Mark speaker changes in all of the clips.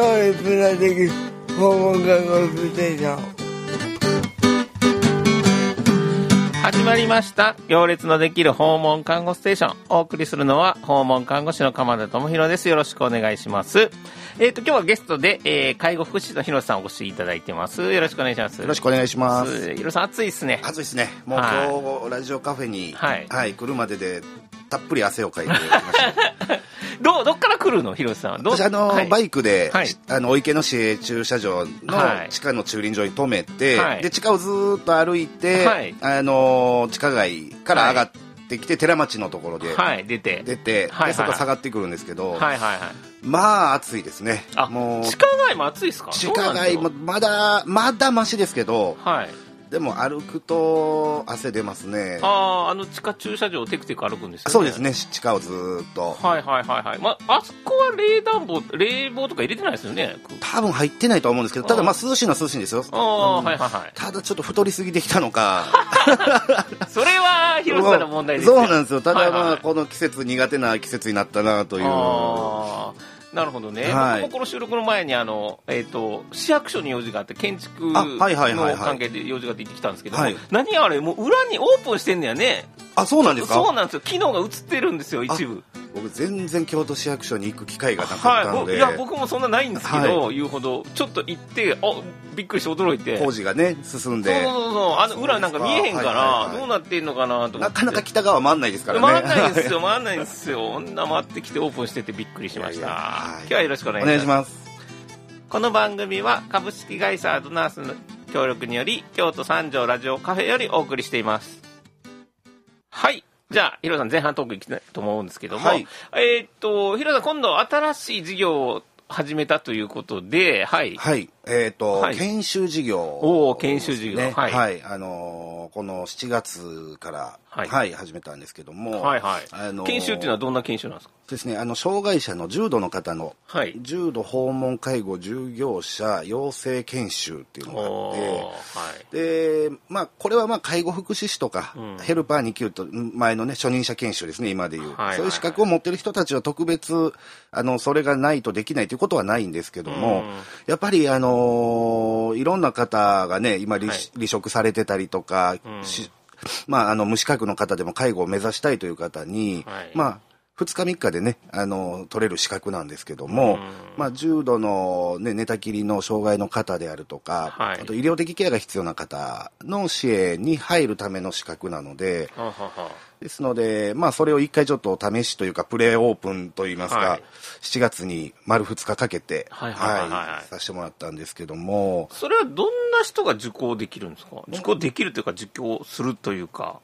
Speaker 1: ができる訪問看護婦ステーション
Speaker 2: 始まりました行列のできる訪問看護ステーションお送りするのは訪問看護師の鎌田智博ですよろしくお願いしますえっ、と今日はゲストで、えー介護福祉士の広瀬さんお越しいただいてますよろしくお願いします
Speaker 3: よろしくお願いします。
Speaker 2: 広瀬さん暑いですね
Speaker 3: 暑いですね。もう
Speaker 2: はい
Speaker 3: 今日、ラジオカフェに、
Speaker 2: はい
Speaker 3: 来るまでで、たっぷり汗をかいてきま した。
Speaker 2: どうどっから来るの広瀬さんはどう
Speaker 3: 私、あの、
Speaker 2: はい
Speaker 3: バイクで、
Speaker 2: はい
Speaker 3: あの、お池の市営駐車場の
Speaker 2: はい
Speaker 3: 地下の駐輪場に止めて、
Speaker 2: はい
Speaker 3: で、地下をずーっと歩いて、
Speaker 2: はい
Speaker 3: あの、地下街から上がってきて、寺町のところで、
Speaker 2: はい出て
Speaker 3: 出て、
Speaker 2: はいはい
Speaker 3: でそこから下がってくるんですけど、
Speaker 2: はいはいはい
Speaker 3: まあ暑いですね
Speaker 2: あ
Speaker 3: もう
Speaker 2: 地下街も暑いですか
Speaker 3: 地下街
Speaker 2: ど
Speaker 3: も
Speaker 2: うなんで
Speaker 3: まだまだマシですけど
Speaker 2: すかはい
Speaker 3: でも歩くと汗出ますね
Speaker 2: あああの地下駐車場をテクテク歩くんですよね
Speaker 3: そうですね、地下をずーっと。
Speaker 2: はいはいはいはいまああそこは冷暖房冷房とか入れてないですよね
Speaker 3: 多分入ってないとは思うんですけど、ただまあ涼しいのは涼しいんですよ。
Speaker 2: ああ、はいはいはい
Speaker 3: ただちょっと太りすぎてきたのか。
Speaker 2: それは広瀬さんの問題です
Speaker 3: そ
Speaker 2: よ
Speaker 3: うなんですよ。ただ
Speaker 2: はい
Speaker 3: ま
Speaker 2: は
Speaker 3: あ
Speaker 2: い
Speaker 3: この季節苦手な季節になったなという。
Speaker 2: あーなるほどね、
Speaker 3: はい
Speaker 2: 僕もこの収録の前にあの、えー、と市役所に用事があって建築
Speaker 3: あ
Speaker 2: の
Speaker 3: はいはいはいはい
Speaker 2: 関係で用事があって行ってきたんですけども、
Speaker 3: はい
Speaker 2: 何やあれもう裏にオープンしてんねやね
Speaker 3: あ、そうなんです
Speaker 2: そう
Speaker 3: か
Speaker 2: なんですよ機能が映ってるんですよ一部
Speaker 3: 僕全然京都市役所に行く機会がなかった
Speaker 2: は
Speaker 3: の
Speaker 2: いぼ、い
Speaker 3: で、
Speaker 2: や僕もそんなないんですけど、言うほどちょっと行ってあびっくりして驚いて
Speaker 3: 工事がね、進ん
Speaker 2: そうそう
Speaker 3: で、
Speaker 2: そうそうあの裏なんか見えへんから、
Speaker 3: はいはいはい
Speaker 2: どうなってんのかなと思って
Speaker 3: なかなか北側回んないですからね。
Speaker 2: 回んないんです
Speaker 3: は
Speaker 2: よ回んないんですよ女回ってきてオープンしててびっくりしまし
Speaker 3: い
Speaker 2: た
Speaker 3: やいやはい
Speaker 2: 今日はよろしくお願
Speaker 3: い。
Speaker 2: い
Speaker 3: お
Speaker 2: しま
Speaker 3: 願
Speaker 2: す
Speaker 3: いします。
Speaker 2: この番組は株式会社アドナースの協力により京都三条ラジオカフェよりお送りしていますはいじゃあ、ヒロさん前半トークいきたいと思うんですけども、
Speaker 3: はい
Speaker 2: えーっと、ヒロさん今度新しい事業を始めたということで、はい。
Speaker 3: はい。えっと
Speaker 2: は、い
Speaker 3: 研修事業。
Speaker 2: おー研修事業
Speaker 3: ね
Speaker 2: は
Speaker 3: はいい。あのー、この7月から、
Speaker 2: はい
Speaker 3: はい、始めたんですけども、
Speaker 2: はいはい、
Speaker 3: あのー
Speaker 2: 研修っていうのはどんな研修なんですか
Speaker 3: そうですね、あの障害者の重度の方の
Speaker 2: はい
Speaker 3: 重度訪問介護従業者養成研修っていうの
Speaker 2: お
Speaker 3: が
Speaker 2: ー
Speaker 3: あって、でまあ、これはまあ介護福祉士とか、
Speaker 2: うん
Speaker 3: ヘルパー2級と前の、ね、初任者研修ですね、今でいう、
Speaker 2: はいはいはい
Speaker 3: そういう資格を持ってる人たちは特別あの、それがないとできないということはないんですけども、
Speaker 2: うん
Speaker 3: やっぱり、あのーいろんな方がね、今離、
Speaker 2: はい
Speaker 3: 離職されてたりとか、
Speaker 2: うん
Speaker 3: しまあ、あの無資格の方でも介護を目指したいという方に、
Speaker 2: はい
Speaker 3: まあ、2日3日でね、あの、取れる資格なんですけども、
Speaker 2: うん
Speaker 3: まあ、重度のね、寝たきりの障害の方であるとか、
Speaker 2: はい
Speaker 3: あと医療的ケアが必要な方の支援に入るための資格なので、
Speaker 2: はいはあはあはあ
Speaker 3: ですので、まあ、それを一回ちょっと試しというか、プレーオープンといいますか、
Speaker 2: はい
Speaker 3: 7月に丸2日かけて、
Speaker 2: はいはいはいはい
Speaker 3: させてもらったんですけども、
Speaker 2: それはどんな人が受講できるんですか受講できるというか受講するというか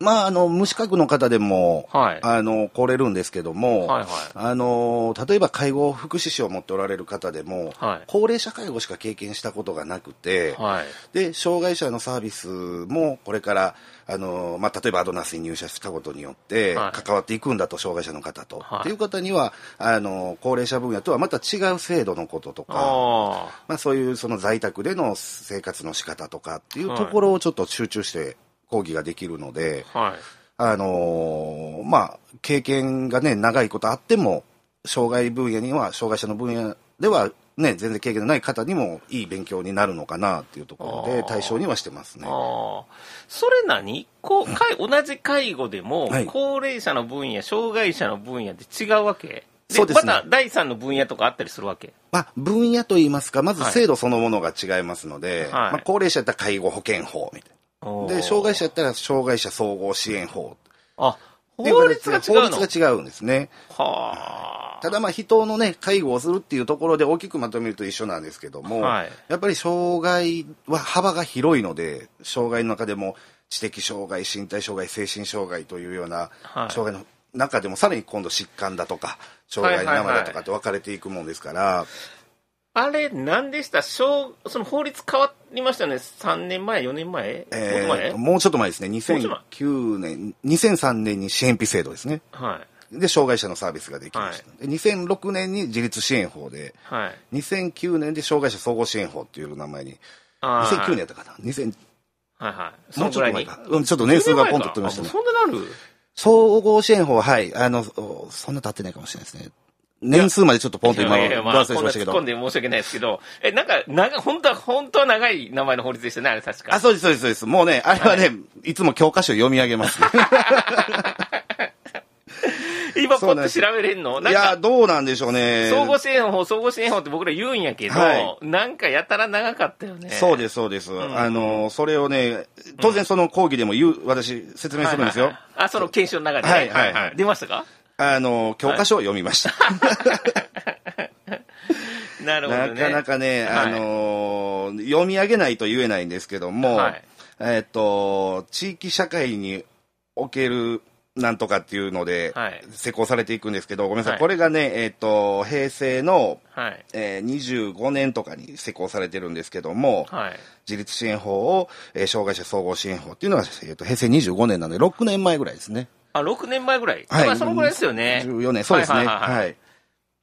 Speaker 3: まあ、あの、無資格の方でも、
Speaker 2: はい
Speaker 3: あの、来れるんですけども、
Speaker 2: はいはい
Speaker 3: あの、例えば介護福祉士を持っておられる方でも、
Speaker 2: はい
Speaker 3: 高齢者介護しか経験したことがなくて、
Speaker 2: はい
Speaker 3: で、障害者のサービスも、これから、あの、まあ、例えばアドナースに入社したことによって、
Speaker 2: はい
Speaker 3: 関わっていくんだと、障害者の方と。
Speaker 2: はい
Speaker 3: っていう方には、あの、高齢者分野とはまた違う制度のこととか、
Speaker 2: あ
Speaker 3: まあ、そういうその在宅での生活の仕方とかっていうところをちょっと集中して講義ができるので、
Speaker 2: あはい
Speaker 3: あのーまあ、経験がね、長いことあっても、障害分野には、障害者の分野では、ね、全然経験のない方にもいい勉強になるのかなっていうところ
Speaker 2: あ
Speaker 3: で、
Speaker 2: ー
Speaker 3: 対象にはしてますね。
Speaker 2: ああそれ何こう介同じ介護でも、
Speaker 3: はい
Speaker 2: 高齢者の分野障害者の分野って違うわけで
Speaker 3: そうですね
Speaker 2: また第三の分野とかあったりするわけ
Speaker 3: まあ、分野といいますか、まず
Speaker 2: はい
Speaker 3: 制度そのものが違いますので、
Speaker 2: い
Speaker 3: まあ、高齢者やったら介護保険法みたい
Speaker 2: お
Speaker 3: な。
Speaker 2: ー
Speaker 3: で、障害者やったら障害者総合支援法
Speaker 2: あ
Speaker 3: っていう
Speaker 2: 法
Speaker 3: 形
Speaker 2: 律
Speaker 3: で。
Speaker 2: が違うの
Speaker 3: 法律が違うんですね。
Speaker 2: はあ
Speaker 3: ただまあ人のね、介護をするっていうところで大きくまとめると一緒なんですけども、
Speaker 2: はい
Speaker 3: やっぱり障害は幅が広いので、障害の中でも知的障害、身体障害、精神障害というような
Speaker 2: はい
Speaker 3: 障害の中でもさらに今度疾患だとか、障害の
Speaker 2: はいは
Speaker 3: 生
Speaker 2: いはい
Speaker 3: だとかって分かれていくもんですから、
Speaker 2: あれ何でした小その法律変わりましたよね3年前4年前、もっ
Speaker 3: え
Speaker 2: と
Speaker 3: ー
Speaker 2: 前
Speaker 3: もうちょっと前ですね、
Speaker 2: ちょっと前
Speaker 3: 2009年、2003年に支援費制度ですね。
Speaker 2: はい
Speaker 3: で、障害者のサービスができました。で2006年に自立支援法で、
Speaker 2: はい
Speaker 3: 2009年で障害者総合支援法っていう名前に
Speaker 2: あー
Speaker 3: 2009年やったかな、2000
Speaker 2: はいはいそ
Speaker 3: も
Speaker 2: の
Speaker 3: うち
Speaker 2: ぐ
Speaker 3: ょっと
Speaker 2: らい
Speaker 3: 前
Speaker 2: に
Speaker 3: か、うん、ちょっと年数がポンと飛びました
Speaker 2: あ
Speaker 3: ね
Speaker 2: もう、そんななる
Speaker 3: 総合支援法は、はい、あの、おそんな経ってないかもしれないですね、年数までちょっとポンと今、
Speaker 2: いやいやまあ
Speaker 3: 忘れ
Speaker 2: こ
Speaker 3: し
Speaker 2: んな
Speaker 3: ました
Speaker 2: 突
Speaker 3: け
Speaker 2: っ込ん
Speaker 3: ど。
Speaker 2: で申し訳ないですけど、え、なんか、なんか本当は、本当は長い名前の法律でしたね、あれ確か。
Speaker 3: あ、そうです、そうです、そうです。もうね、あれはね、い、つも教科書読み上げます、ね。
Speaker 2: 今、ポ
Speaker 3: そう
Speaker 2: ッ
Speaker 3: なん
Speaker 2: と
Speaker 3: です
Speaker 2: 調べれんのないん
Speaker 3: や、
Speaker 2: か、
Speaker 3: どうなんでしょうね。
Speaker 2: 相互支援法、相互支援法って僕ら言うんやけど、
Speaker 3: は
Speaker 2: なんかやたら長かったよね。
Speaker 3: そう
Speaker 2: す。
Speaker 3: です、そうです。
Speaker 2: ん
Speaker 3: あの、それをね、当然その講義でも言う、私、説明するんですよ。
Speaker 2: あ、その検証の中で、
Speaker 3: はいはいはい
Speaker 2: 出ましたか
Speaker 3: あの、教科書を読みました。
Speaker 2: なるほど
Speaker 3: な
Speaker 2: ね。
Speaker 3: かなかね、
Speaker 2: はい
Speaker 3: あのー読み上げないと言えないんですけども、
Speaker 2: はい
Speaker 3: えっ、と、地域社会におけるなんとかっていうので、
Speaker 2: はい
Speaker 3: 施行されていくんですけど、ごめんなさい、
Speaker 2: はい
Speaker 3: これがね、えっ、と、平成の、
Speaker 2: はい。
Speaker 3: えー25年とかに施行されてるんですけども、
Speaker 2: はい。
Speaker 3: 自立支援法を、えー障害者総合支援法っていうのが、えーと平成25年なので、6年前ぐらいですね。
Speaker 2: あ、6年前ぐらい。
Speaker 3: はい
Speaker 2: まあ、そのぐらいですよね。
Speaker 3: 14年、そうですね。はい
Speaker 2: は
Speaker 3: い
Speaker 2: はいはいはい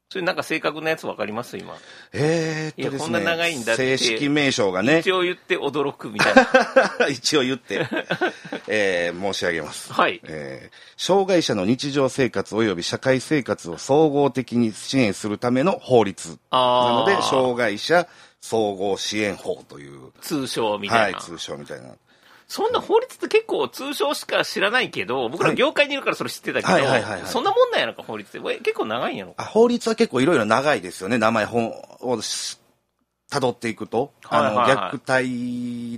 Speaker 2: それなんか正確なやつわかります今。
Speaker 3: えーっとですね、
Speaker 2: いやこんな長いんだっ
Speaker 3: 正
Speaker 2: て
Speaker 3: 式名称がね
Speaker 2: 一、応言って驚くみ たいな。
Speaker 3: 一応言って、えー申し上げます。
Speaker 2: はい。
Speaker 3: えー障害者の日常生活及び社会生活を総合的に支援するための法律な
Speaker 2: あ
Speaker 3: の
Speaker 2: ー
Speaker 3: で、障害者総合支援法という、
Speaker 2: 通称みた
Speaker 3: はいい、
Speaker 2: な。
Speaker 3: 通称みたいな。
Speaker 2: そんな法律って結構通称しか知らないけど、僕ら業界にいるからそれ知ってたけど、
Speaker 3: はいはいはいはい
Speaker 2: そんなもんなんやろか、法律って。え結構長いんやろか。
Speaker 3: あ法律は結構いろいろ長いですよね、名前本をし辿っていくと、
Speaker 2: はいはいは
Speaker 3: あ
Speaker 2: い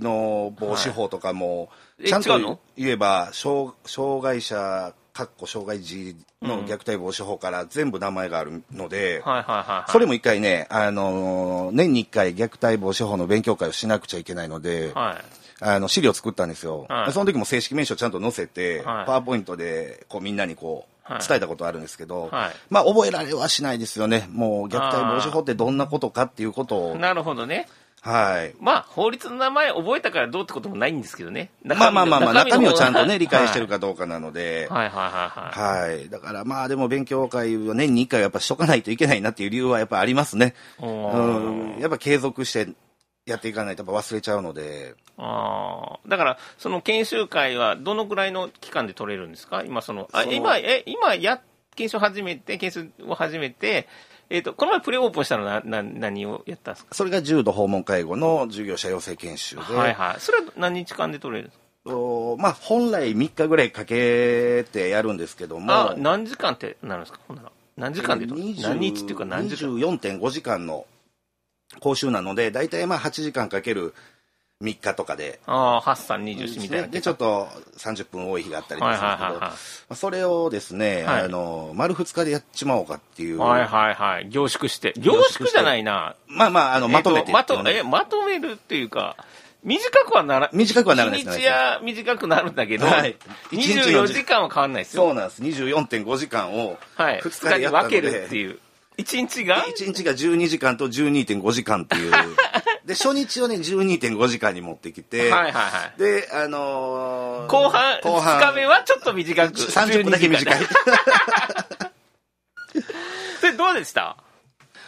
Speaker 3: の虐待の防止法とかも、
Speaker 2: はい
Speaker 3: ちゃん
Speaker 2: え違うの
Speaker 3: と言えば、障障害者、かっこ障害児の虐待防止法から全部名前があるので、
Speaker 2: はいはいはい、はい。
Speaker 3: それも一回ね、あのー年に一回、虐待防止法の勉強会をしなくちゃいけないので、
Speaker 2: は
Speaker 3: あの資料作ったんですよ、
Speaker 2: はい
Speaker 3: その時も正式名称ちゃんと載せて、
Speaker 2: はい
Speaker 3: パワーポイントでこうみんなにこう
Speaker 2: はい
Speaker 3: 伝えたことあるんですけど、
Speaker 2: はい
Speaker 3: まあ、覚えられはしないですよね、もう虐待防止法ってどんなことかっていうこと
Speaker 2: い。
Speaker 3: を、
Speaker 2: なるほどね。
Speaker 3: はい、
Speaker 2: まあ、法律の名前覚えたからどうってこともないんですけどね。
Speaker 3: まあまあまあ、まあ、中身をちゃんとね、理解してる
Speaker 2: か
Speaker 3: かどうかなので。
Speaker 2: はいはいはいはい。
Speaker 3: はい。だからまあでも勉強会は年に1回はやっぱしとかないといけないなっていう理由はやっぱありますね。
Speaker 2: おー
Speaker 3: うん。やっぱ継続してやっていかないとやっぱ忘れちゃうので。
Speaker 2: あーだから、その研修会はどのぐらいの期間で取れるんですか、今その、あ
Speaker 3: その
Speaker 2: 今、え今や、研修始めて、研修を始めて、えっとこの前、プレオープンしたのはなな何をやったんですか、
Speaker 3: それが重度訪問介護の従業者養成研修で、
Speaker 2: はいはい、それは何日間で取れるんですか、
Speaker 3: とまあ、本来3日ぐらいかけてやるんですけども、
Speaker 2: あ何時間ってなるんですか、ほんなら、何時間で取れる
Speaker 3: 20
Speaker 2: 何日っていうか、何時間、
Speaker 3: 24.5時間の講習なので、大体まあ8時間かける3日とかで、
Speaker 2: ああ、8、3、24みたいな、
Speaker 3: でちょっと30分多い日があったりも
Speaker 2: は
Speaker 3: す
Speaker 2: い
Speaker 3: るんですけど、
Speaker 2: はいはいは
Speaker 3: まあそれをですね、
Speaker 2: はい
Speaker 3: あの丸2日でやっちまおうかっていう、
Speaker 2: い、はいはいはい、凝縮して、凝縮じゃないな、
Speaker 3: まあまああの、まとめて
Speaker 2: えっ
Speaker 3: ってい
Speaker 2: と
Speaker 3: う
Speaker 2: ま
Speaker 3: ね、
Speaker 2: とえまとめるっていうか短くはなら
Speaker 3: 短くはならないです
Speaker 2: 日にちは短くなるんだけど、
Speaker 3: はい
Speaker 2: 24時間は変わんないです
Speaker 3: そ
Speaker 2: よ
Speaker 3: うなんです、24.5時間を
Speaker 2: はい、
Speaker 3: 2日
Speaker 2: 2
Speaker 3: で
Speaker 2: 日に
Speaker 3: やった
Speaker 2: 分
Speaker 3: の
Speaker 2: け
Speaker 3: で、
Speaker 2: るっていう1日が
Speaker 3: 1日が12時間と12.5時間って いう。で、初日をね、12.5時間に持ってきて、
Speaker 2: はいはいはい
Speaker 3: で、あのー
Speaker 2: 後半
Speaker 3: 後半
Speaker 2: 2日目はちょっと短く
Speaker 3: 30分だけ短い。
Speaker 2: それどうでした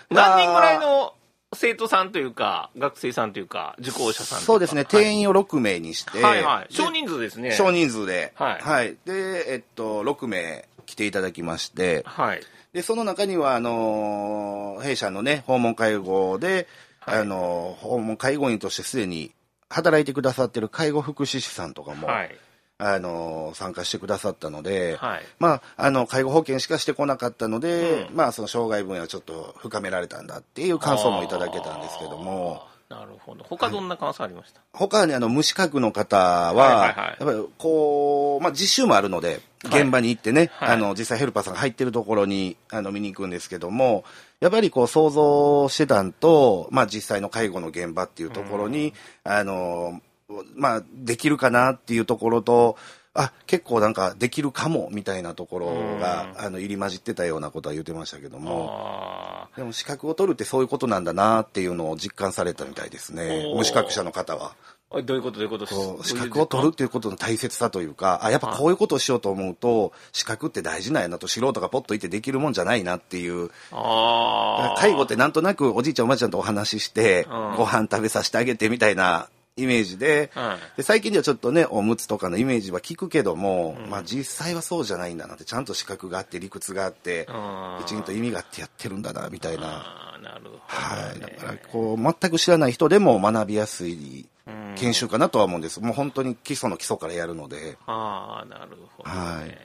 Speaker 3: まあ
Speaker 2: 何人ぐらいの生徒さんというか学生さんというか受講者さんという か
Speaker 3: そうですね、
Speaker 2: はい
Speaker 3: 定員を6名にして、
Speaker 2: はいはい
Speaker 3: で
Speaker 2: 少人数ですね
Speaker 3: 少人数で、
Speaker 2: はい
Speaker 3: で、えっと、6名来ていただきまして、
Speaker 2: はい
Speaker 3: で、その中には、あのー弊社のね、訪問介護で、あのー訪問介護員としてすでに働いてくださってる介護福祉士さんとかも、
Speaker 2: はい
Speaker 3: あの参加してくださったので、
Speaker 2: はい
Speaker 3: まあ、あの介護保険しかしてこなかったので、
Speaker 2: う
Speaker 3: まあ、その障害分野をちょっと深められたんだっていう感想もいただけたんですけども
Speaker 2: あーなるほど他どんな感想ありました、
Speaker 3: 他はねあの無資格の方は、
Speaker 2: はいはいはい
Speaker 3: やっぱりこう、まあ、実習もあるので
Speaker 2: はい
Speaker 3: 現場に行ってね、
Speaker 2: はい
Speaker 3: あの実際ヘルパーさんが入ってるところにあの見に行くんですけどもやっぱりこう想像してたんと、まあ、実際の介護の現場っていうところに、あのまあ、できるかなっていうところとあ結構なんかできるかもみたいなところが、あの入り混じってたようなことは言ってましたけども。
Speaker 2: ああ
Speaker 3: でも資格を取るってそういうことなんだなっていうのを実感されたみたいですね
Speaker 2: おー
Speaker 3: 無資格者の方は。
Speaker 2: おいどういうことどういうこと
Speaker 3: こう資
Speaker 2: どういう
Speaker 3: 格を取るっていうことの大切さというか、あ、やっぱこういうことをしようと思うと、資格って大事なんやなと、素人がポッといてできるもんじゃないなっていう、だか
Speaker 2: あ
Speaker 3: ら
Speaker 2: あ
Speaker 3: 介護ってなんとなくおじいちゃんおばあちゃんとお話しして、
Speaker 2: うん
Speaker 3: ご飯食べさせてあげてみたいなイメージで,、
Speaker 2: うん
Speaker 3: で最近ではちょっとねおむつとかのイメージは聞くけども、まあ、実際はそうじゃないんだなってちゃんと資格があって理屈があって
Speaker 2: うん
Speaker 3: きちんと意味があってやってるんだなみたいな、
Speaker 2: あーなるほど、ね。
Speaker 3: はい、だからこう全く知らない人でも学びやすい研修かなとは思うんですもう本当に基礎の基礎からやるので。
Speaker 2: ああ、なるほど、ね。
Speaker 3: はい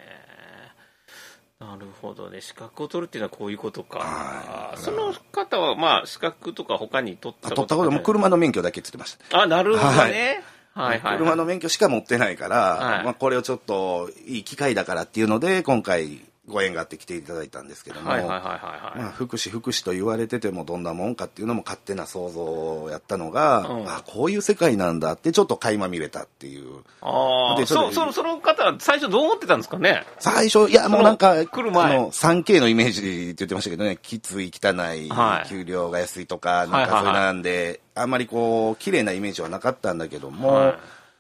Speaker 2: なるほどね。資格を取るっていうのはこういうことか。
Speaker 3: はい
Speaker 2: その方は、まあ、資格とか他に取った
Speaker 3: あ
Speaker 2: こ
Speaker 3: 取
Speaker 2: と
Speaker 3: ったこともう車の免許だけって言ってました。
Speaker 2: あ、なるほどね。はい、はい、はい。
Speaker 3: 車の免許しか持ってないから、
Speaker 2: はい
Speaker 3: まあ、これをちょっといい機会だからっていうので今回ご縁があって来ていただいたんですけども、
Speaker 2: はいはいはいはい
Speaker 3: まあ、
Speaker 2: は
Speaker 3: 福祉福祉と言われててもどんなもんかっていうのも勝手な想像をやったのが、
Speaker 2: うん
Speaker 3: あこういう世界なんだってちょっと垣間見れたっていう
Speaker 2: い。ああ、
Speaker 3: でそ
Speaker 2: そ
Speaker 3: れ
Speaker 2: う、
Speaker 3: で
Speaker 2: その、その方は最初どう思ってたんですかね
Speaker 3: 最初いやもうなん
Speaker 2: そ
Speaker 3: か
Speaker 2: の来る前
Speaker 3: あの 3K のイメージって言ってましたけどねきつい汚い、
Speaker 2: はい
Speaker 3: 給料が安いとかなんか
Speaker 2: はいはいはい
Speaker 3: それなんで、あんまりこう綺麗なイメージはなかったんだけども、
Speaker 2: はい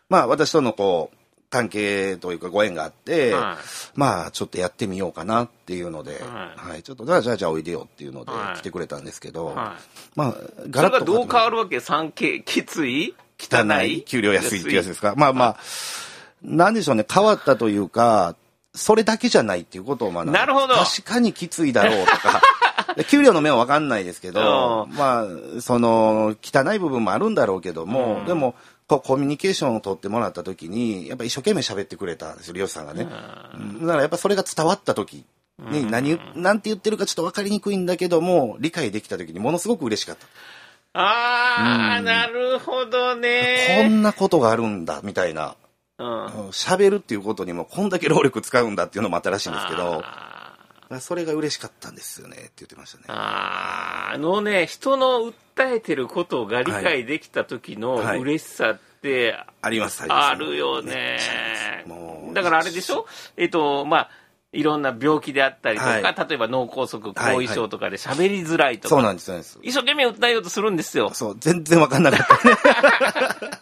Speaker 3: まあ私とのこう関係というかご縁があって、
Speaker 2: は
Speaker 3: まあちょっとやってみようかなっていうので、
Speaker 2: は
Speaker 3: はいいちょっとじゃあじゃあじゃあおいでよっていうので
Speaker 2: はい
Speaker 3: 来てくれたんですけど、
Speaker 2: は
Speaker 3: まあ
Speaker 2: そ
Speaker 3: ガ
Speaker 2: れ
Speaker 3: ラッ
Speaker 2: が
Speaker 3: と
Speaker 2: どう変わるわけ ?3K、きつい
Speaker 3: 汚い給料安いっていうやつですかまあまあなんでしょうね変わったというかそれだけじゃないっていうことを学んだ
Speaker 2: なるほど
Speaker 3: 確かにきついだろうと かで給料の面は分かんないですけど
Speaker 2: う
Speaker 3: まあその汚い部分もあるんだろうけども、
Speaker 2: うん
Speaker 3: でもこうコミュニケーションを取ってもらった時にやっぱ一生懸命喋ってくれたんですよ漁師さんがね。うんだからやっぱそれが伝わった時に何何て言ってるかちょっと分かりにくいんだけども理解できた時にものすごく嬉しかった。
Speaker 2: ああ、なるほ
Speaker 3: こ
Speaker 2: どね。
Speaker 3: んなことがあるんだみたいな。
Speaker 2: うん。
Speaker 3: うん喋るっていうことにもこんだけ労力使うんだっていうのもあったらしいんですけど、
Speaker 2: あー
Speaker 3: それが嬉しかったんですよねって言ってましたね。
Speaker 2: あーあのね人の訴えてることが理解できた時の
Speaker 3: はい
Speaker 2: 嬉しさって、
Speaker 3: あります、
Speaker 2: あ
Speaker 3: ります
Speaker 2: るよね
Speaker 3: めっちゃありますもう
Speaker 2: だからあれでしょえっとまあいろんな病気であったりとか、
Speaker 3: はい
Speaker 2: 例えば脳梗塞
Speaker 3: はい
Speaker 2: 後遺症とかで喋りづらいとか、
Speaker 3: そうなんです、そうなんです。
Speaker 2: 一生懸命訴えようとするんですよ
Speaker 3: そう、全然わかんなか った。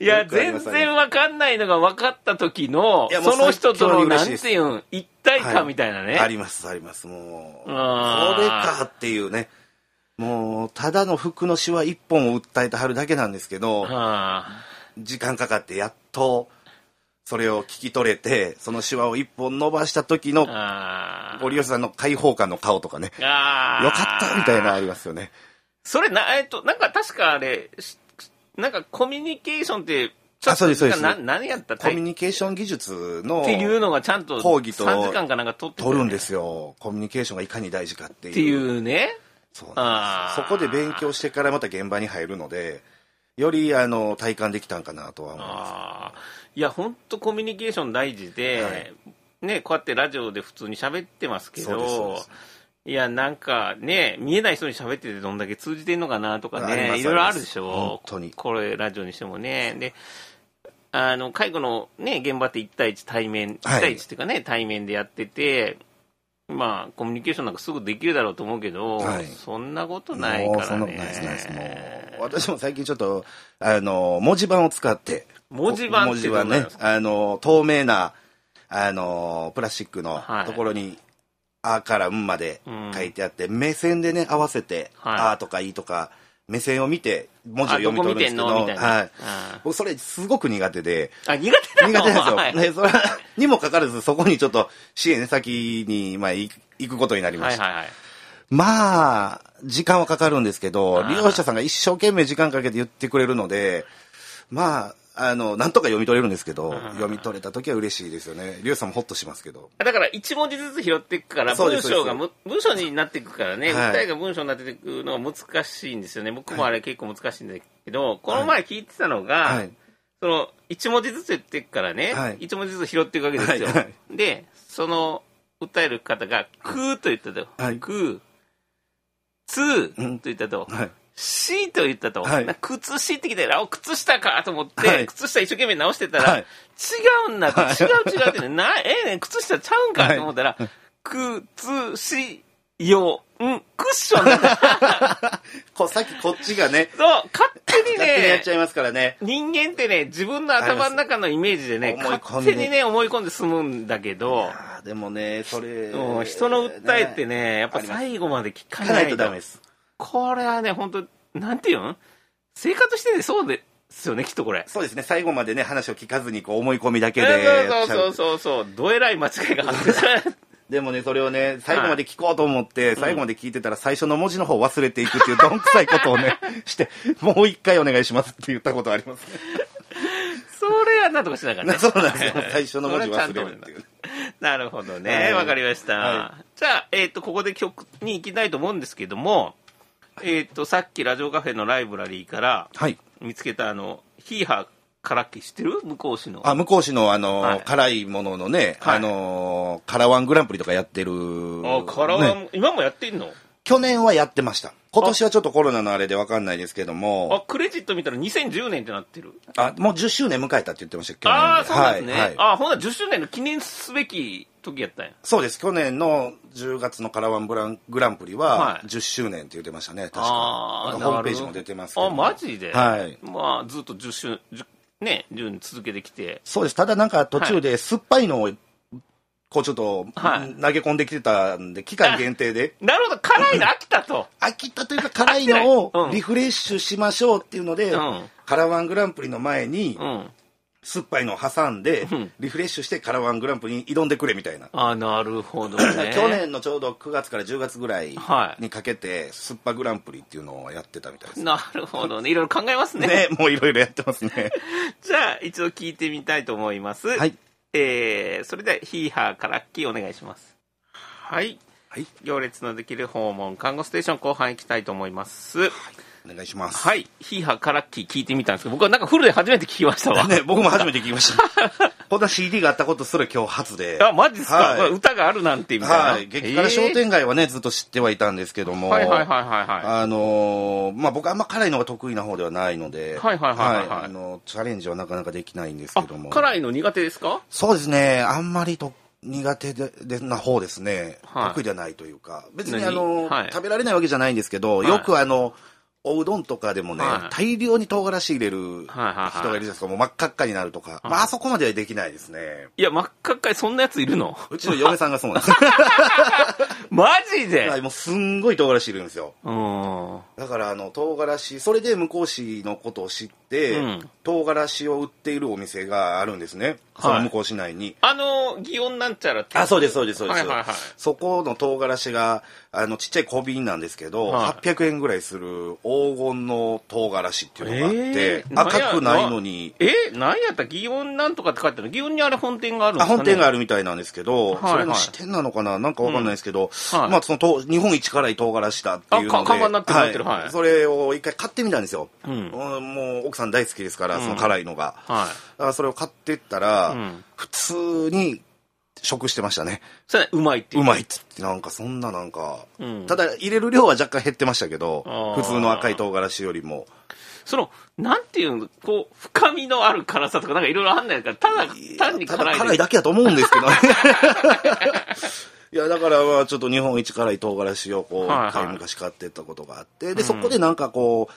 Speaker 2: いや
Speaker 3: よくあり
Speaker 2: 全
Speaker 3: ます
Speaker 2: 然わかんないのが分かった時の
Speaker 3: いやもう
Speaker 2: その人と
Speaker 3: 最強
Speaker 2: の
Speaker 3: に
Speaker 2: な
Speaker 3: 嬉
Speaker 2: ん
Speaker 3: しいです
Speaker 2: ていうん一体感みたいなね、
Speaker 3: あります、あります。もう、これ
Speaker 2: あー
Speaker 3: かっていうね。もう、ただの服のシワ一本を訴えてはるだけなんですけど、
Speaker 2: あ
Speaker 3: 時間かかってやっと、それを聞き取れて、そのシワを一本伸ばした時
Speaker 2: ー
Speaker 3: の、
Speaker 2: あー
Speaker 3: ご利用者さんの解放感の顔とかね、
Speaker 2: あー
Speaker 3: よかったみたいなありますよね。
Speaker 2: それな、えっと、なんか確かあれ、しなんかコミュニケーションって、ちょっ
Speaker 3: あそうですそうです
Speaker 2: な何やったっ
Speaker 3: コミュ
Speaker 2: っ
Speaker 3: ニケーション技術の
Speaker 2: ていうのがちゃんと
Speaker 3: 講義と
Speaker 2: 3時間かなんか取ってたよ
Speaker 3: 取
Speaker 2: ね
Speaker 3: るんですよ。コミュニケーションがいかに大事かっていう。
Speaker 2: っていうね。
Speaker 3: そうなんで
Speaker 2: あ
Speaker 3: す
Speaker 2: ー
Speaker 3: よそこで勉強してからまた現場に入るので、よりあの体感できたんかなとは思います。
Speaker 2: ああ。いや、本当コミュニケーション大事で、
Speaker 3: はい
Speaker 2: ね、こうやってラジオで普通に喋ってますけ
Speaker 3: そうですそうで
Speaker 2: ど
Speaker 3: す、
Speaker 2: いや、なんかね、見えない人に喋っててどんだけ通じてんのかなとか
Speaker 3: ありま
Speaker 2: ね、
Speaker 3: す
Speaker 2: いろいろあるでしょ
Speaker 3: 本。当に
Speaker 2: これ、ラジオにしてもね。で、あの、介護のね、現場って1対1対面、
Speaker 3: はい
Speaker 2: 1対1っていうかね、対面でやってて、まあ、コミュニケーションなんかすぐできるだろうと思うけど、
Speaker 3: はい
Speaker 2: そんなことないか
Speaker 3: もうそ
Speaker 2: ら
Speaker 3: んなこと
Speaker 2: ね。
Speaker 3: ないですないですもう私も最近ちょっとあの文字盤を使って
Speaker 2: 文字盤
Speaker 3: 文
Speaker 2: って
Speaker 3: 字
Speaker 2: どう
Speaker 3: 盤
Speaker 2: なん
Speaker 3: ね
Speaker 2: ですか
Speaker 3: あの透明なあのプラスチックの
Speaker 2: はい
Speaker 3: ところに「あ」から「ん」まで書いてあって、目線でね合わせて「
Speaker 2: はい
Speaker 3: あ」とか「い」とか目線を見て文字を
Speaker 2: あ、
Speaker 3: 読
Speaker 2: ど
Speaker 3: み取
Speaker 2: こ見
Speaker 3: るんです
Speaker 2: てん
Speaker 3: けど
Speaker 2: のみたいな。
Speaker 3: はい
Speaker 2: うん
Speaker 3: 僕それすごく苦手で
Speaker 2: あ、苦手な
Speaker 3: 苦
Speaker 2: の
Speaker 3: 手なんです
Speaker 2: はい
Speaker 3: よ。でそれにもかかわらずそこにちょっと支援先に、まあ、い行くことになりま
Speaker 2: は
Speaker 3: し
Speaker 2: い
Speaker 3: た、
Speaker 2: はいはい。
Speaker 3: まあ時間はかかるんですけど
Speaker 2: あー
Speaker 3: 利用者さんが一生懸命時間かけて言ってくれるのでまああのなんとか読み取れるんですけど読み取れた時は嬉しいですよね利用者さんもホッとしますけど
Speaker 2: だから一文字ずつ拾っていくから
Speaker 3: そう
Speaker 2: 文
Speaker 3: です
Speaker 2: 章が
Speaker 3: そ
Speaker 2: む文章になっていくからね、
Speaker 3: はい
Speaker 2: 訴えが文章になっていくのが難しいんですよね僕もあれ結構難しいんだけど、この前聞いてたのが、
Speaker 3: はい
Speaker 2: その一文字ずつ言っていくからね、
Speaker 3: はい
Speaker 2: 一文字ずつ拾っていくわけですよ、
Speaker 3: はいは
Speaker 2: でその訴える方が「くー」と言ったと「
Speaker 3: はい
Speaker 2: くー」「つー」と言ったと「
Speaker 3: はい
Speaker 2: し」と言ったと、
Speaker 3: はい
Speaker 2: なんか靴しってきて、あ、靴下かと思って、
Speaker 3: はい
Speaker 2: 靴下一生懸命直してたら、
Speaker 3: はい
Speaker 2: 違うんだって、
Speaker 3: はい
Speaker 2: 違う違うってね、な、ええねん靴下ちゃうんかと思ったら、靴しよん、クッションなんだ。
Speaker 3: こさっきこっちがね
Speaker 2: そう、勝手
Speaker 3: 勝手
Speaker 2: に
Speaker 3: にやっ
Speaker 2: ね
Speaker 3: ち、ゃいますからね
Speaker 2: 人間ってね、自分の頭の中のイメージでね、
Speaker 3: 思い込
Speaker 2: 勝
Speaker 3: んで
Speaker 2: 手にね、思い込んで済むんだけど、
Speaker 3: あーでもねそれ
Speaker 2: うん人の訴えってね、やっぱ
Speaker 3: あります
Speaker 2: 最後まで聞か
Speaker 3: 聞か
Speaker 2: ない
Speaker 3: ないとダメです
Speaker 2: これはね、本当なんていうん生活しててそうで、すよね、きっとこれ。
Speaker 3: そうですね、最後までね、話を聞かずにこう思い込みだけで
Speaker 2: そうそう
Speaker 3: しゃ
Speaker 2: そううそうそう、どえらい間違いが発生さ れ
Speaker 3: でもね、それをね、最後まで聞こうと思って、最後まで聞いてたら、最初の文字の方を忘れていくっていう、どんくさいことを ね、して、もう一回お願いしますって言ったことあります ね。
Speaker 2: それはなんとかしながら ね。
Speaker 3: そうなんですよ、最初の文字
Speaker 2: それは
Speaker 3: 忘
Speaker 2: ちゃんと
Speaker 3: れるっていう。
Speaker 2: なるほど
Speaker 3: は
Speaker 2: ね。
Speaker 3: い
Speaker 2: わかりました。
Speaker 3: は
Speaker 2: じゃあ、えっ、と、ここで曲に行きたいと思うんですけども、えっ、と、さっきラジオカフェのライブラリーから
Speaker 3: はい。
Speaker 2: 見つけた、あの、ヒーハーからっき知ってる向こう市の。
Speaker 3: あ、向こう市の、あの、
Speaker 2: はい
Speaker 3: 辛いもののね、
Speaker 2: はい
Speaker 3: あの、カラワングランプリとかやってる。
Speaker 2: あ、からは、
Speaker 3: ね
Speaker 2: 今もやってんの
Speaker 3: 去年はやってました。今年はちょっとコロナのあれでわかんないですけども、
Speaker 2: あ、クレジット見たら2010年ってなってる。
Speaker 3: あ、もう10周年迎えたって言ってました、去年で。
Speaker 2: ああ、そうなんですね。
Speaker 3: はいはい
Speaker 2: あほんなら10周年の記念すべき時やったんや。
Speaker 3: そうです。去年の10月のカラワンブラングランプリ
Speaker 2: は
Speaker 3: はい10周年って言ってましたね、確か。
Speaker 2: あ
Speaker 3: あ
Speaker 2: ー
Speaker 3: のホームページも出てますけど。
Speaker 2: あ、マジで
Speaker 3: はい
Speaker 2: まあ、ずっと10周、10ね、10年続けてきて。
Speaker 3: そうです。ただなんか途中で酸っぱいのを、こうちょっと、
Speaker 2: はい
Speaker 3: 投げ込んできてたんで、期間限定 で。
Speaker 2: なるほど、辛いの飽きたと。
Speaker 3: 飽きたというか辛いの
Speaker 2: 飽きない
Speaker 3: を
Speaker 2: うん
Speaker 3: リフレッシュしましょうっていうので、
Speaker 2: うん
Speaker 3: カラワングランプリの前に
Speaker 2: うん。
Speaker 3: 酸っぱいのを挟んで
Speaker 2: うん、
Speaker 3: リフレッシュしてカラワングランプリに挑んでくれみたいな。。
Speaker 2: あ、なるほど ね
Speaker 3: 去年のちょうど9月から10月ぐらい
Speaker 2: はい
Speaker 3: にかけて、酸っぱグランプリっていうのをやってたみたいです。
Speaker 2: なるほどね。いろいろ考えますね。
Speaker 3: ね、もういろいろやってますね。
Speaker 2: じゃあ、一度聞いてみたいと思います。
Speaker 3: はい。
Speaker 2: えー、それでは、ヒーハーからっきーお願いします。はい。
Speaker 3: はい、
Speaker 2: 行列のできる訪問看護ステーション後半行きたいと思います。
Speaker 3: お願いします。。
Speaker 2: はいい。ヒーハーからっきー聞いてみたんですけど、僕はなんかフルで初めて聞きました わ。
Speaker 3: ね、僕も初めて聞きました。 こんな CD があったことすら今日初で。
Speaker 2: あ、マジですか、
Speaker 3: はい
Speaker 2: これ歌があるなんて、みたいな。
Speaker 3: はい。激辛商店街はね、ずっと知ってはいたんですけど
Speaker 2: えー
Speaker 3: も。
Speaker 2: はいはいはいはいはい。
Speaker 3: あのーまあ、僕あんま辛いのが得意な方ではないので。
Speaker 2: はいはいはいはいはい
Speaker 3: あの、チャレンジはなかなかできないんですけ
Speaker 2: あ
Speaker 3: ども。
Speaker 2: 辛いの苦手ですか
Speaker 3: そうですね。あんまりと苦手ででな方ですね、
Speaker 2: はい
Speaker 3: 得意ではないというか。別に
Speaker 2: 何
Speaker 3: あの、
Speaker 2: はい
Speaker 3: 食べられないわけじゃないんですけど、
Speaker 2: はい
Speaker 3: よくあの、おうどんとかでもね、
Speaker 2: はい
Speaker 3: 大量に唐辛子入れる人
Speaker 2: はい
Speaker 3: がい
Speaker 2: はい
Speaker 3: るじゃないですか。もう真っ赤っかになるとか。まあ、あそこまではできないですね。
Speaker 2: いや、真っ赤っかい、そんなやついるの
Speaker 3: うちの嫁さんがそうなんです。
Speaker 2: マジで、
Speaker 3: はいもうすんごい唐辛子いるんですよ。
Speaker 2: うーん。
Speaker 3: だからあの唐辛子それで向こう市のことを知って、
Speaker 2: うん
Speaker 3: 唐辛子を売っているお店があるんですね、
Speaker 2: はい
Speaker 3: その向こう市内に
Speaker 2: あの、祇園なんちゃらって。
Speaker 3: あそうですそうですそうです、
Speaker 2: はいはいはい
Speaker 3: そこの唐辛子があのちっちゃい小瓶なんですけど、
Speaker 2: はい
Speaker 3: 800円ぐらいする黄金の唐辛子っていうのがあって
Speaker 2: え、ー
Speaker 3: 赤くないのに
Speaker 2: え何やった祇園なんとかって書いてある祇園にあれ本店があるんで
Speaker 3: あ
Speaker 2: すか、ね、
Speaker 3: 本店があ
Speaker 2: る。
Speaker 3: るみたいなんですけど、
Speaker 2: はいはい
Speaker 3: それの支店なのかななんかわかんないですけど、
Speaker 2: うんはい
Speaker 3: まあその唐日本一辛い唐辛子だっていうので。
Speaker 2: あか看板になってるなってるはい
Speaker 3: それを一回買ってみたんですよ。
Speaker 2: うん
Speaker 3: うんもう奥さん大好きですから、
Speaker 2: ん
Speaker 3: その辛いのが。
Speaker 2: はい。
Speaker 3: だからそれを買ってったら、
Speaker 2: うん
Speaker 3: 普通に食してましたね。
Speaker 2: それうまいっていう
Speaker 3: う。まいっつって、なんかそんななんか、
Speaker 2: うん
Speaker 3: ただ入れる量は若干減ってましたけど
Speaker 2: あ、
Speaker 3: 普
Speaker 2: ー
Speaker 3: 通の赤い唐辛子よりも。
Speaker 2: その、なんていうの、こう、深みのある辛さとか、なんかいろいろあんないから、ただ、単に
Speaker 3: た
Speaker 2: 辛
Speaker 3: だ
Speaker 2: い。
Speaker 3: 辛いだけやと思うんですけ どね。いや、だからまあちょっと日本一辛い唐辛子をこう、
Speaker 2: はいはい
Speaker 3: 一回昔買ってったことがあって、で、そこでなんかこう、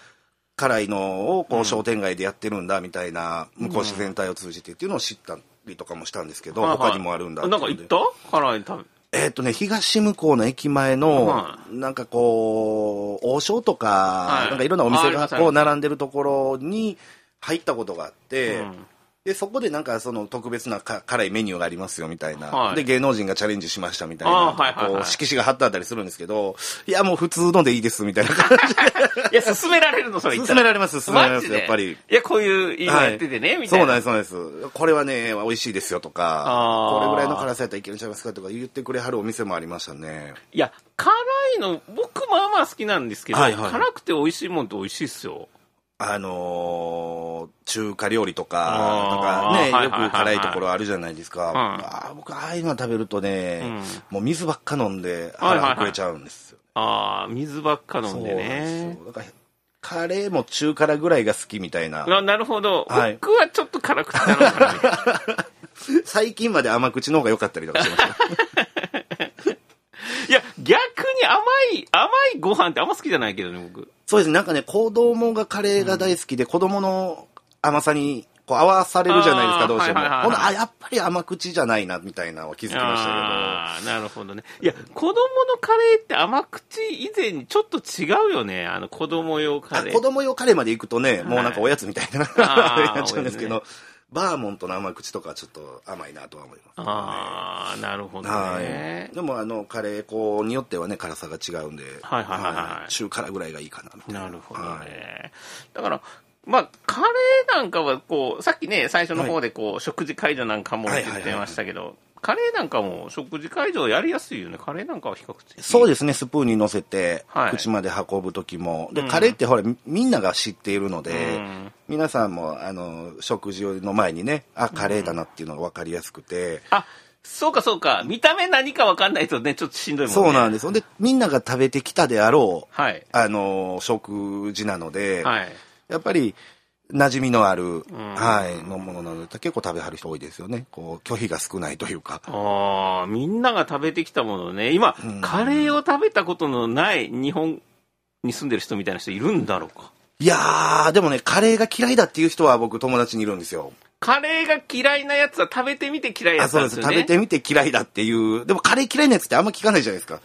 Speaker 3: 辛いのをこう商店街でやってるんだみたいな、向こう自然体を通じてっていうのを知ったりとかもしたんですけど、
Speaker 2: はいはい
Speaker 3: 他にもあるんだってい
Speaker 2: な
Speaker 3: うん
Speaker 2: か
Speaker 3: の
Speaker 2: 行
Speaker 3: で
Speaker 2: った辛いの食べ。
Speaker 3: えっ、とね、東向こうの駅前の、
Speaker 2: は
Speaker 3: なんかこう、王将とか、
Speaker 2: い
Speaker 3: なんかいろんなお店
Speaker 2: あありま
Speaker 3: が
Speaker 2: すあ
Speaker 3: こう
Speaker 2: ります
Speaker 3: 並んでるところに入ったことがあって、
Speaker 2: うん
Speaker 3: で、そこでなんかその特別なか辛いメニューがありますよみたいな、
Speaker 2: はい
Speaker 3: で、芸能人がチャレンジしましたみたい
Speaker 2: あ
Speaker 3: な、
Speaker 2: はいはいはい
Speaker 3: こう色紙が貼ってあったりするんですけど、いや、もう普通のでいいですみたいな感じ
Speaker 2: いや、勧められるの、それ
Speaker 3: で
Speaker 2: 言っ
Speaker 3: 勧
Speaker 2: た
Speaker 3: め
Speaker 2: ら。
Speaker 3: られます、勧められま
Speaker 2: マジ
Speaker 3: す、
Speaker 2: で
Speaker 3: やっぱり。
Speaker 2: いや、こういう、今
Speaker 3: はい
Speaker 2: やっててね、みたいな。
Speaker 3: そうなんです、そうなんです。これはね、美味しいですよとか
Speaker 2: あ、ー
Speaker 3: これぐらいの辛さやったらいけるんちゃいますかとか言ってくれはるお店もありましたね。
Speaker 2: いや、辛いの、僕まあまあ好きなんですけど、
Speaker 3: はいはい
Speaker 2: 辛くて美味しいもんって美味しいっすよ。
Speaker 3: あのー中華料理と
Speaker 2: あ
Speaker 3: か、
Speaker 2: ー
Speaker 3: とかね、
Speaker 2: はいはい
Speaker 3: よ
Speaker 2: はいはい
Speaker 3: く辛いところあるじゃないですか。
Speaker 2: ん
Speaker 3: あー僕、ああいうの食べるとね、
Speaker 2: うん
Speaker 3: もう水ばっか飲んで
Speaker 2: はいはいは
Speaker 3: 腹
Speaker 2: い
Speaker 3: が膨れちゃうんですよ。
Speaker 2: ああ、水ばっか飲んで
Speaker 3: そうなん
Speaker 2: ね
Speaker 3: です。よ。だから、カレーも中辛ぐらいが好きみたいな。
Speaker 2: あなるほど、
Speaker 3: はい
Speaker 2: 僕はちょっと辛くて頼むから ね
Speaker 3: 最近まで甘口の方が良かったりとかしました。
Speaker 2: いや、逆に甘い、甘いご飯ってあんま好きじゃないけどね、僕。
Speaker 3: そうですね、なんかね、子供がカレーが大好きで、子供の甘さにこう合わされるじゃないです
Speaker 2: あー
Speaker 3: か、どうしても。
Speaker 2: はいはいは
Speaker 3: ほ
Speaker 2: い
Speaker 3: な、あ、やっぱり甘口じゃないな、みたいなのは気づきましたけど。
Speaker 2: あーなるほどね。いや、子供のカレーって甘口以前にちょっと違うよね。あの、子供用カ
Speaker 3: あ
Speaker 2: レー。
Speaker 3: 子供用カレーまで行くとね、もうなんかおやつみたいな、あれになっちゃうんですけ
Speaker 2: お
Speaker 3: ど、バーモントの甘口とかはちょっと甘いなとは思います。
Speaker 2: ああ、なるほど
Speaker 3: は
Speaker 2: ね
Speaker 3: い。。でもあの、カレー粉によってはね、辛さが違うんで、
Speaker 2: はいはいはいはい
Speaker 3: 中辛ぐらいがいいかな、みたいな。
Speaker 2: なるほどね。
Speaker 3: はい
Speaker 2: だから、まあ、カレーなんかは、こう、さっきね、最初の方で、こう、食事会場なんかも言ってましたけど、カレーなんかも食事会場やりやすいよね。カレーなんかは比較的。
Speaker 3: そう
Speaker 2: で
Speaker 3: ですね、スプーンに乗せて
Speaker 2: はい、
Speaker 3: 口まで運ぶ時も。
Speaker 2: う
Speaker 3: で、
Speaker 2: ん
Speaker 3: カレーってほら、みみんなが知っているので、
Speaker 2: うん
Speaker 3: 皆さんも、あの、食事の前にね、あ、カレーだなっていうのが分かりやすくて、
Speaker 2: あ、そうかそうか。見た目何かわかんないとね、ちょっとしんどいもんね。
Speaker 3: そうなん
Speaker 2: で
Speaker 3: です。ほんで、みんなが食べてきたであろう、
Speaker 2: はい。
Speaker 3: あの、食事なので、
Speaker 2: はい。
Speaker 3: やっぱり、馴染みのある、
Speaker 2: ん
Speaker 3: はい、のものなので、結構食べはる人多いですよね。こう、拒否が少ないというか。
Speaker 2: ああ、みんなが食べてきたものね。今、
Speaker 3: うん
Speaker 2: カレーを食べたことのない日本に住んでる人みたいな人いるんだろうか。
Speaker 3: いやー、でもね、カレーが嫌いだっていう人は僕友達にいるんですよ。
Speaker 2: カレーが嫌いなやつは食べてみて嫌いや
Speaker 3: あ、
Speaker 2: つ
Speaker 3: そう
Speaker 2: なん
Speaker 3: で。
Speaker 2: ですすよ
Speaker 3: 食
Speaker 2: ね。
Speaker 3: べてみて嫌いだっていう。でもカレー嫌いなやつってあんま聞かないじゃないですか。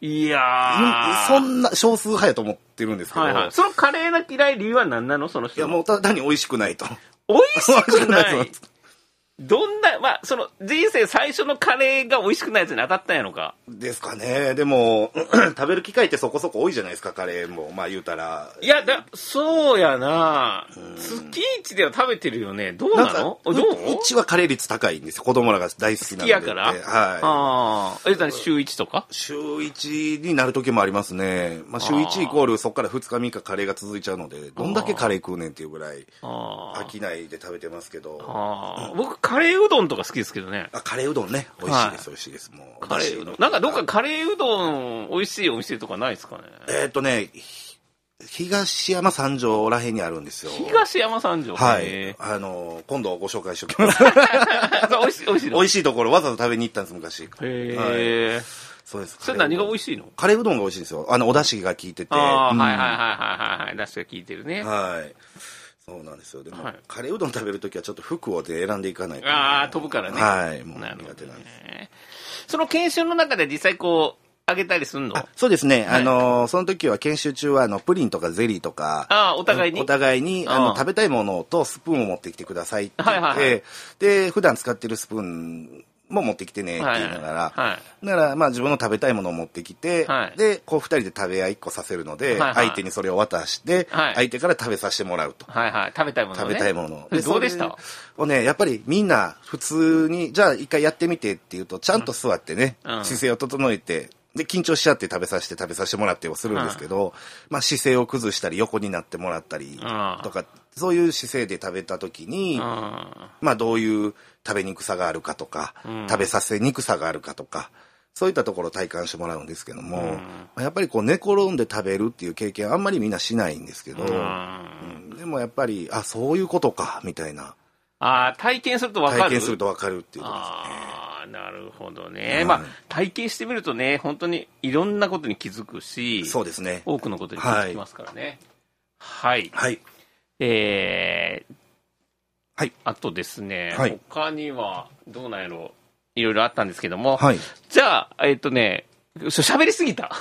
Speaker 2: いやー。
Speaker 3: そんな少数派やと思ってるんですけど。
Speaker 2: はい
Speaker 3: い
Speaker 2: はい。そのカレーの嫌い理由は何なのその人。
Speaker 3: や、もうただ単に美味しくないと。
Speaker 2: 美 味しくな
Speaker 3: わかんないい。
Speaker 2: どんな、まあ、その、人生最初のカレーが美味しくないやつに当たったんやのか。
Speaker 3: ですかね。でも、 食べる機会ってそこそこ多いじゃないですか、カレーも。まあ言うたら。
Speaker 2: いや、だ、そうやな月一では食べてるよね。どう
Speaker 3: ん
Speaker 2: なの
Speaker 3: か
Speaker 2: どう
Speaker 3: ううちはカレー率高いんですよ。子供らが大好きな
Speaker 2: 好
Speaker 3: の
Speaker 2: き
Speaker 3: で。
Speaker 2: やから。
Speaker 3: はい。
Speaker 2: ああ。え、何週一とか
Speaker 3: 週1になる時もありますね。まあ週1イコールそこから2日3日カレーが続いちゃうので、どんだけカレー食うねんっていうぐらい
Speaker 2: あ
Speaker 3: 飽きないで食べてますけど。
Speaker 2: あ。ああ。僕、カレーうどんとか好きですけどね。
Speaker 3: あカレーうどんね美味しいです、美味しいですもう
Speaker 2: カレーうど
Speaker 3: だ
Speaker 2: ん
Speaker 3: し。
Speaker 2: なんかどっかカレーうどん美味しいお店とかないですかね。
Speaker 3: えーっとねひ東山三条らへんにあるんですよ
Speaker 2: 東山三条。
Speaker 3: は
Speaker 2: へ
Speaker 3: い
Speaker 2: ー。
Speaker 3: あの今度ご紹介しておきます
Speaker 2: あそう美味しい、美味しい
Speaker 3: 美
Speaker 2: の。へ
Speaker 3: 味しいところわざわざ食べに行ったんです昔はい、
Speaker 2: え。
Speaker 3: そうです
Speaker 2: それ何が美
Speaker 3: い
Speaker 2: 味しいの
Speaker 3: カレーうどんが美味しいんですよあのお出汁が効いてて
Speaker 2: ああ、
Speaker 3: うん
Speaker 2: はいはいはいはいはいはい。出汁が効いてるね。
Speaker 3: はいそうなんですよでも、
Speaker 2: はい
Speaker 3: カレーうどん食べるときはちょっと服をで選んでいかないと
Speaker 2: ああ、飛ぶからね。
Speaker 3: はいもう
Speaker 2: なるほ
Speaker 3: 苦手
Speaker 2: ど
Speaker 3: なんです
Speaker 2: ね。その研修の中で実際こう、あげたりすんの
Speaker 3: あそうですね、
Speaker 2: は
Speaker 3: あ
Speaker 2: い
Speaker 3: のその時は研修中はあのプリンとかゼリーとか
Speaker 2: ああ、お互いに。
Speaker 3: お互いに
Speaker 2: うん
Speaker 3: あの食べたいものとスプーンを持ってきてくださいって言って、
Speaker 2: はいはいはい
Speaker 3: で普段使ってるスプーンも持ってきてねって言いながら、
Speaker 2: はいはい
Speaker 3: ならまあ自分の食べたいものを持ってきて、
Speaker 2: はい
Speaker 3: でこう2人で食べ合い1個させるので、
Speaker 2: はいはい
Speaker 3: 相手にそれを渡して、
Speaker 2: はい
Speaker 3: 相手から食べさせてもらうと。
Speaker 2: はいはい。食べたいものね。
Speaker 3: 食べたいもの。
Speaker 2: どうでした
Speaker 3: それをね、やっぱりみんな普通に、じゃあ一回やってみてって言うと、ちゃんと座ってね、
Speaker 2: うん
Speaker 3: 姿勢を整えて、で、緊張しちゃって食べさせて食べさせてもらってをするんですけど、まあ姿勢を崩したり横になってもらったりとか、そういう姿勢で食べた時に、
Speaker 2: うん。
Speaker 3: まあどういう食べにくさがあるかとか、
Speaker 2: うん
Speaker 3: 食べさせにくさがあるかとか、そういったところを体感してもらうんですけども、
Speaker 2: うん
Speaker 3: まあやっぱりこう寝転んで食べるっていう経験あんまりみんなしないんですけど、
Speaker 2: うん
Speaker 3: うんでもやっぱり、あ、そういうことか、みたいな。
Speaker 2: ああ、体験すると分かる。
Speaker 3: 体験するとわかるっていうこと
Speaker 2: ああ、なるほどね。
Speaker 3: はい
Speaker 2: まあ、体験してみるとね、本当にいろんなことに気づくし、
Speaker 3: ですね。そうですね。
Speaker 2: 多くのことに気づきますからね。はい。
Speaker 3: はい。
Speaker 2: えー、
Speaker 3: はい。
Speaker 2: あとですね、
Speaker 3: はい
Speaker 2: 他にはどうなんやろう、いろいろあったんですけども、
Speaker 3: はい。
Speaker 2: じゃあ、えっ、とね、し喋り すぎた。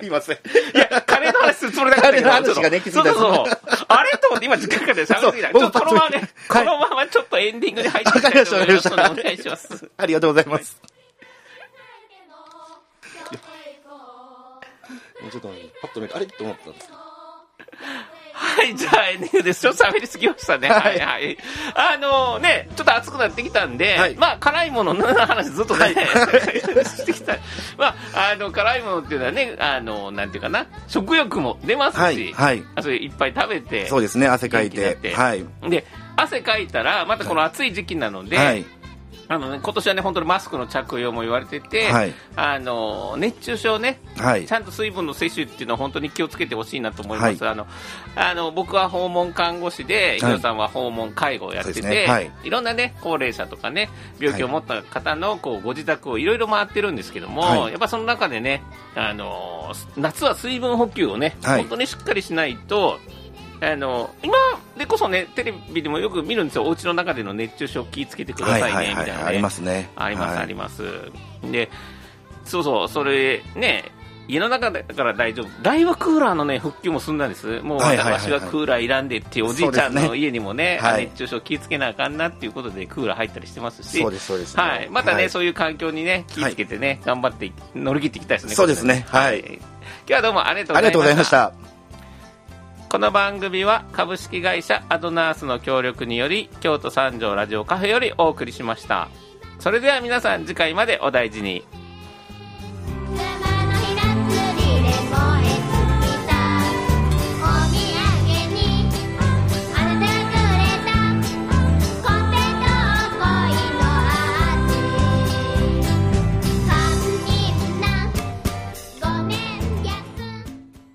Speaker 3: すいません。
Speaker 2: いや、カレーの話するつもりだったけ
Speaker 3: カレー
Speaker 2: ど。
Speaker 3: の話がね
Speaker 2: そうそうそうそうそう。あれと思って今時間かかって喋りすぎた。ち
Speaker 3: そう
Speaker 2: ょっとこのままね、こ
Speaker 3: はい
Speaker 2: のままちょっとエンディングに入っていきたいと思いますので、
Speaker 3: わか
Speaker 2: お
Speaker 3: りましたわかりました
Speaker 2: 願いします。
Speaker 3: ありがとうございます。もうちょっと、パッと見て、あれって思ったんですけど
Speaker 2: はい、じゃあエンディングです。ちょっと喋りすぎましたね。は、
Speaker 3: はいい
Speaker 2: はい。あのね、ちょっと暑くなってきたんで、
Speaker 3: はい
Speaker 2: まあ、辛いものの話ずっとね、してきた。まあ、あの、辛いものっていうのはね、あの、なんていうかな、食欲も出ますし、
Speaker 3: はい。はい。
Speaker 2: あそれいっぱい食べて、
Speaker 3: そうですね、汗かい
Speaker 2: 元
Speaker 3: て
Speaker 2: 気に。なっ
Speaker 3: はい。
Speaker 2: で、汗かいたら、またこの暑い時期なので、
Speaker 3: はい。
Speaker 2: あのね、今年はね、本当にマスクの着用も言われてて、
Speaker 3: はい
Speaker 2: あの熱中症ね、
Speaker 3: はい
Speaker 2: ち。ゃんと水分の摂取っていうのは本当に気をつけてほしいなと思います、
Speaker 3: は
Speaker 2: あのあの僕は訪問看護師で、伊藤さんは訪問介護をやってて、
Speaker 3: そうですねはい
Speaker 2: ろんな、ね、高齢者とかね、病気を持った方のこうご自宅をいろいろ回ってるんですけども、
Speaker 3: はい
Speaker 2: やっぱその中でね、あの夏は水分補給をね、
Speaker 3: はい
Speaker 2: 本当にしっかりしないと、あの今でこそねテレビでもよく見るんですよお家の中での熱中症気をつけてくださ
Speaker 3: はいい
Speaker 2: ね、
Speaker 3: はい
Speaker 2: みた
Speaker 3: はいい
Speaker 2: な、ね、
Speaker 3: ありますね
Speaker 2: あります、
Speaker 3: はい
Speaker 2: ありますでそうそうそれね家の中だから大丈夫ライブクーラーのね復旧も済んだんですもう
Speaker 3: はいはいはいはい
Speaker 2: 私はクーラーいらんでっていうおじいちゃ
Speaker 3: そ
Speaker 2: ん
Speaker 3: うです
Speaker 2: の
Speaker 3: ね
Speaker 2: 家にもね
Speaker 3: はい
Speaker 2: 熱中症気をつけなあかんなっていうことでクーラー入ったりしてますし
Speaker 3: そうですそうです
Speaker 2: はい、また
Speaker 3: は
Speaker 2: ね、
Speaker 3: い
Speaker 2: そういう環境にね気をつけてね、頑張って乗り切っていきたいですね
Speaker 3: そうですね
Speaker 2: これ
Speaker 3: はい
Speaker 2: 今日はどうもありがとう
Speaker 3: ありがとう
Speaker 2: ご
Speaker 3: ござい
Speaker 2: ざいま
Speaker 3: ま
Speaker 2: し
Speaker 3: したた
Speaker 2: この番組は株式会社アドナースの協力により京都三条ラジオカフェよりお送りしましたそれでは皆さん次回までお大事に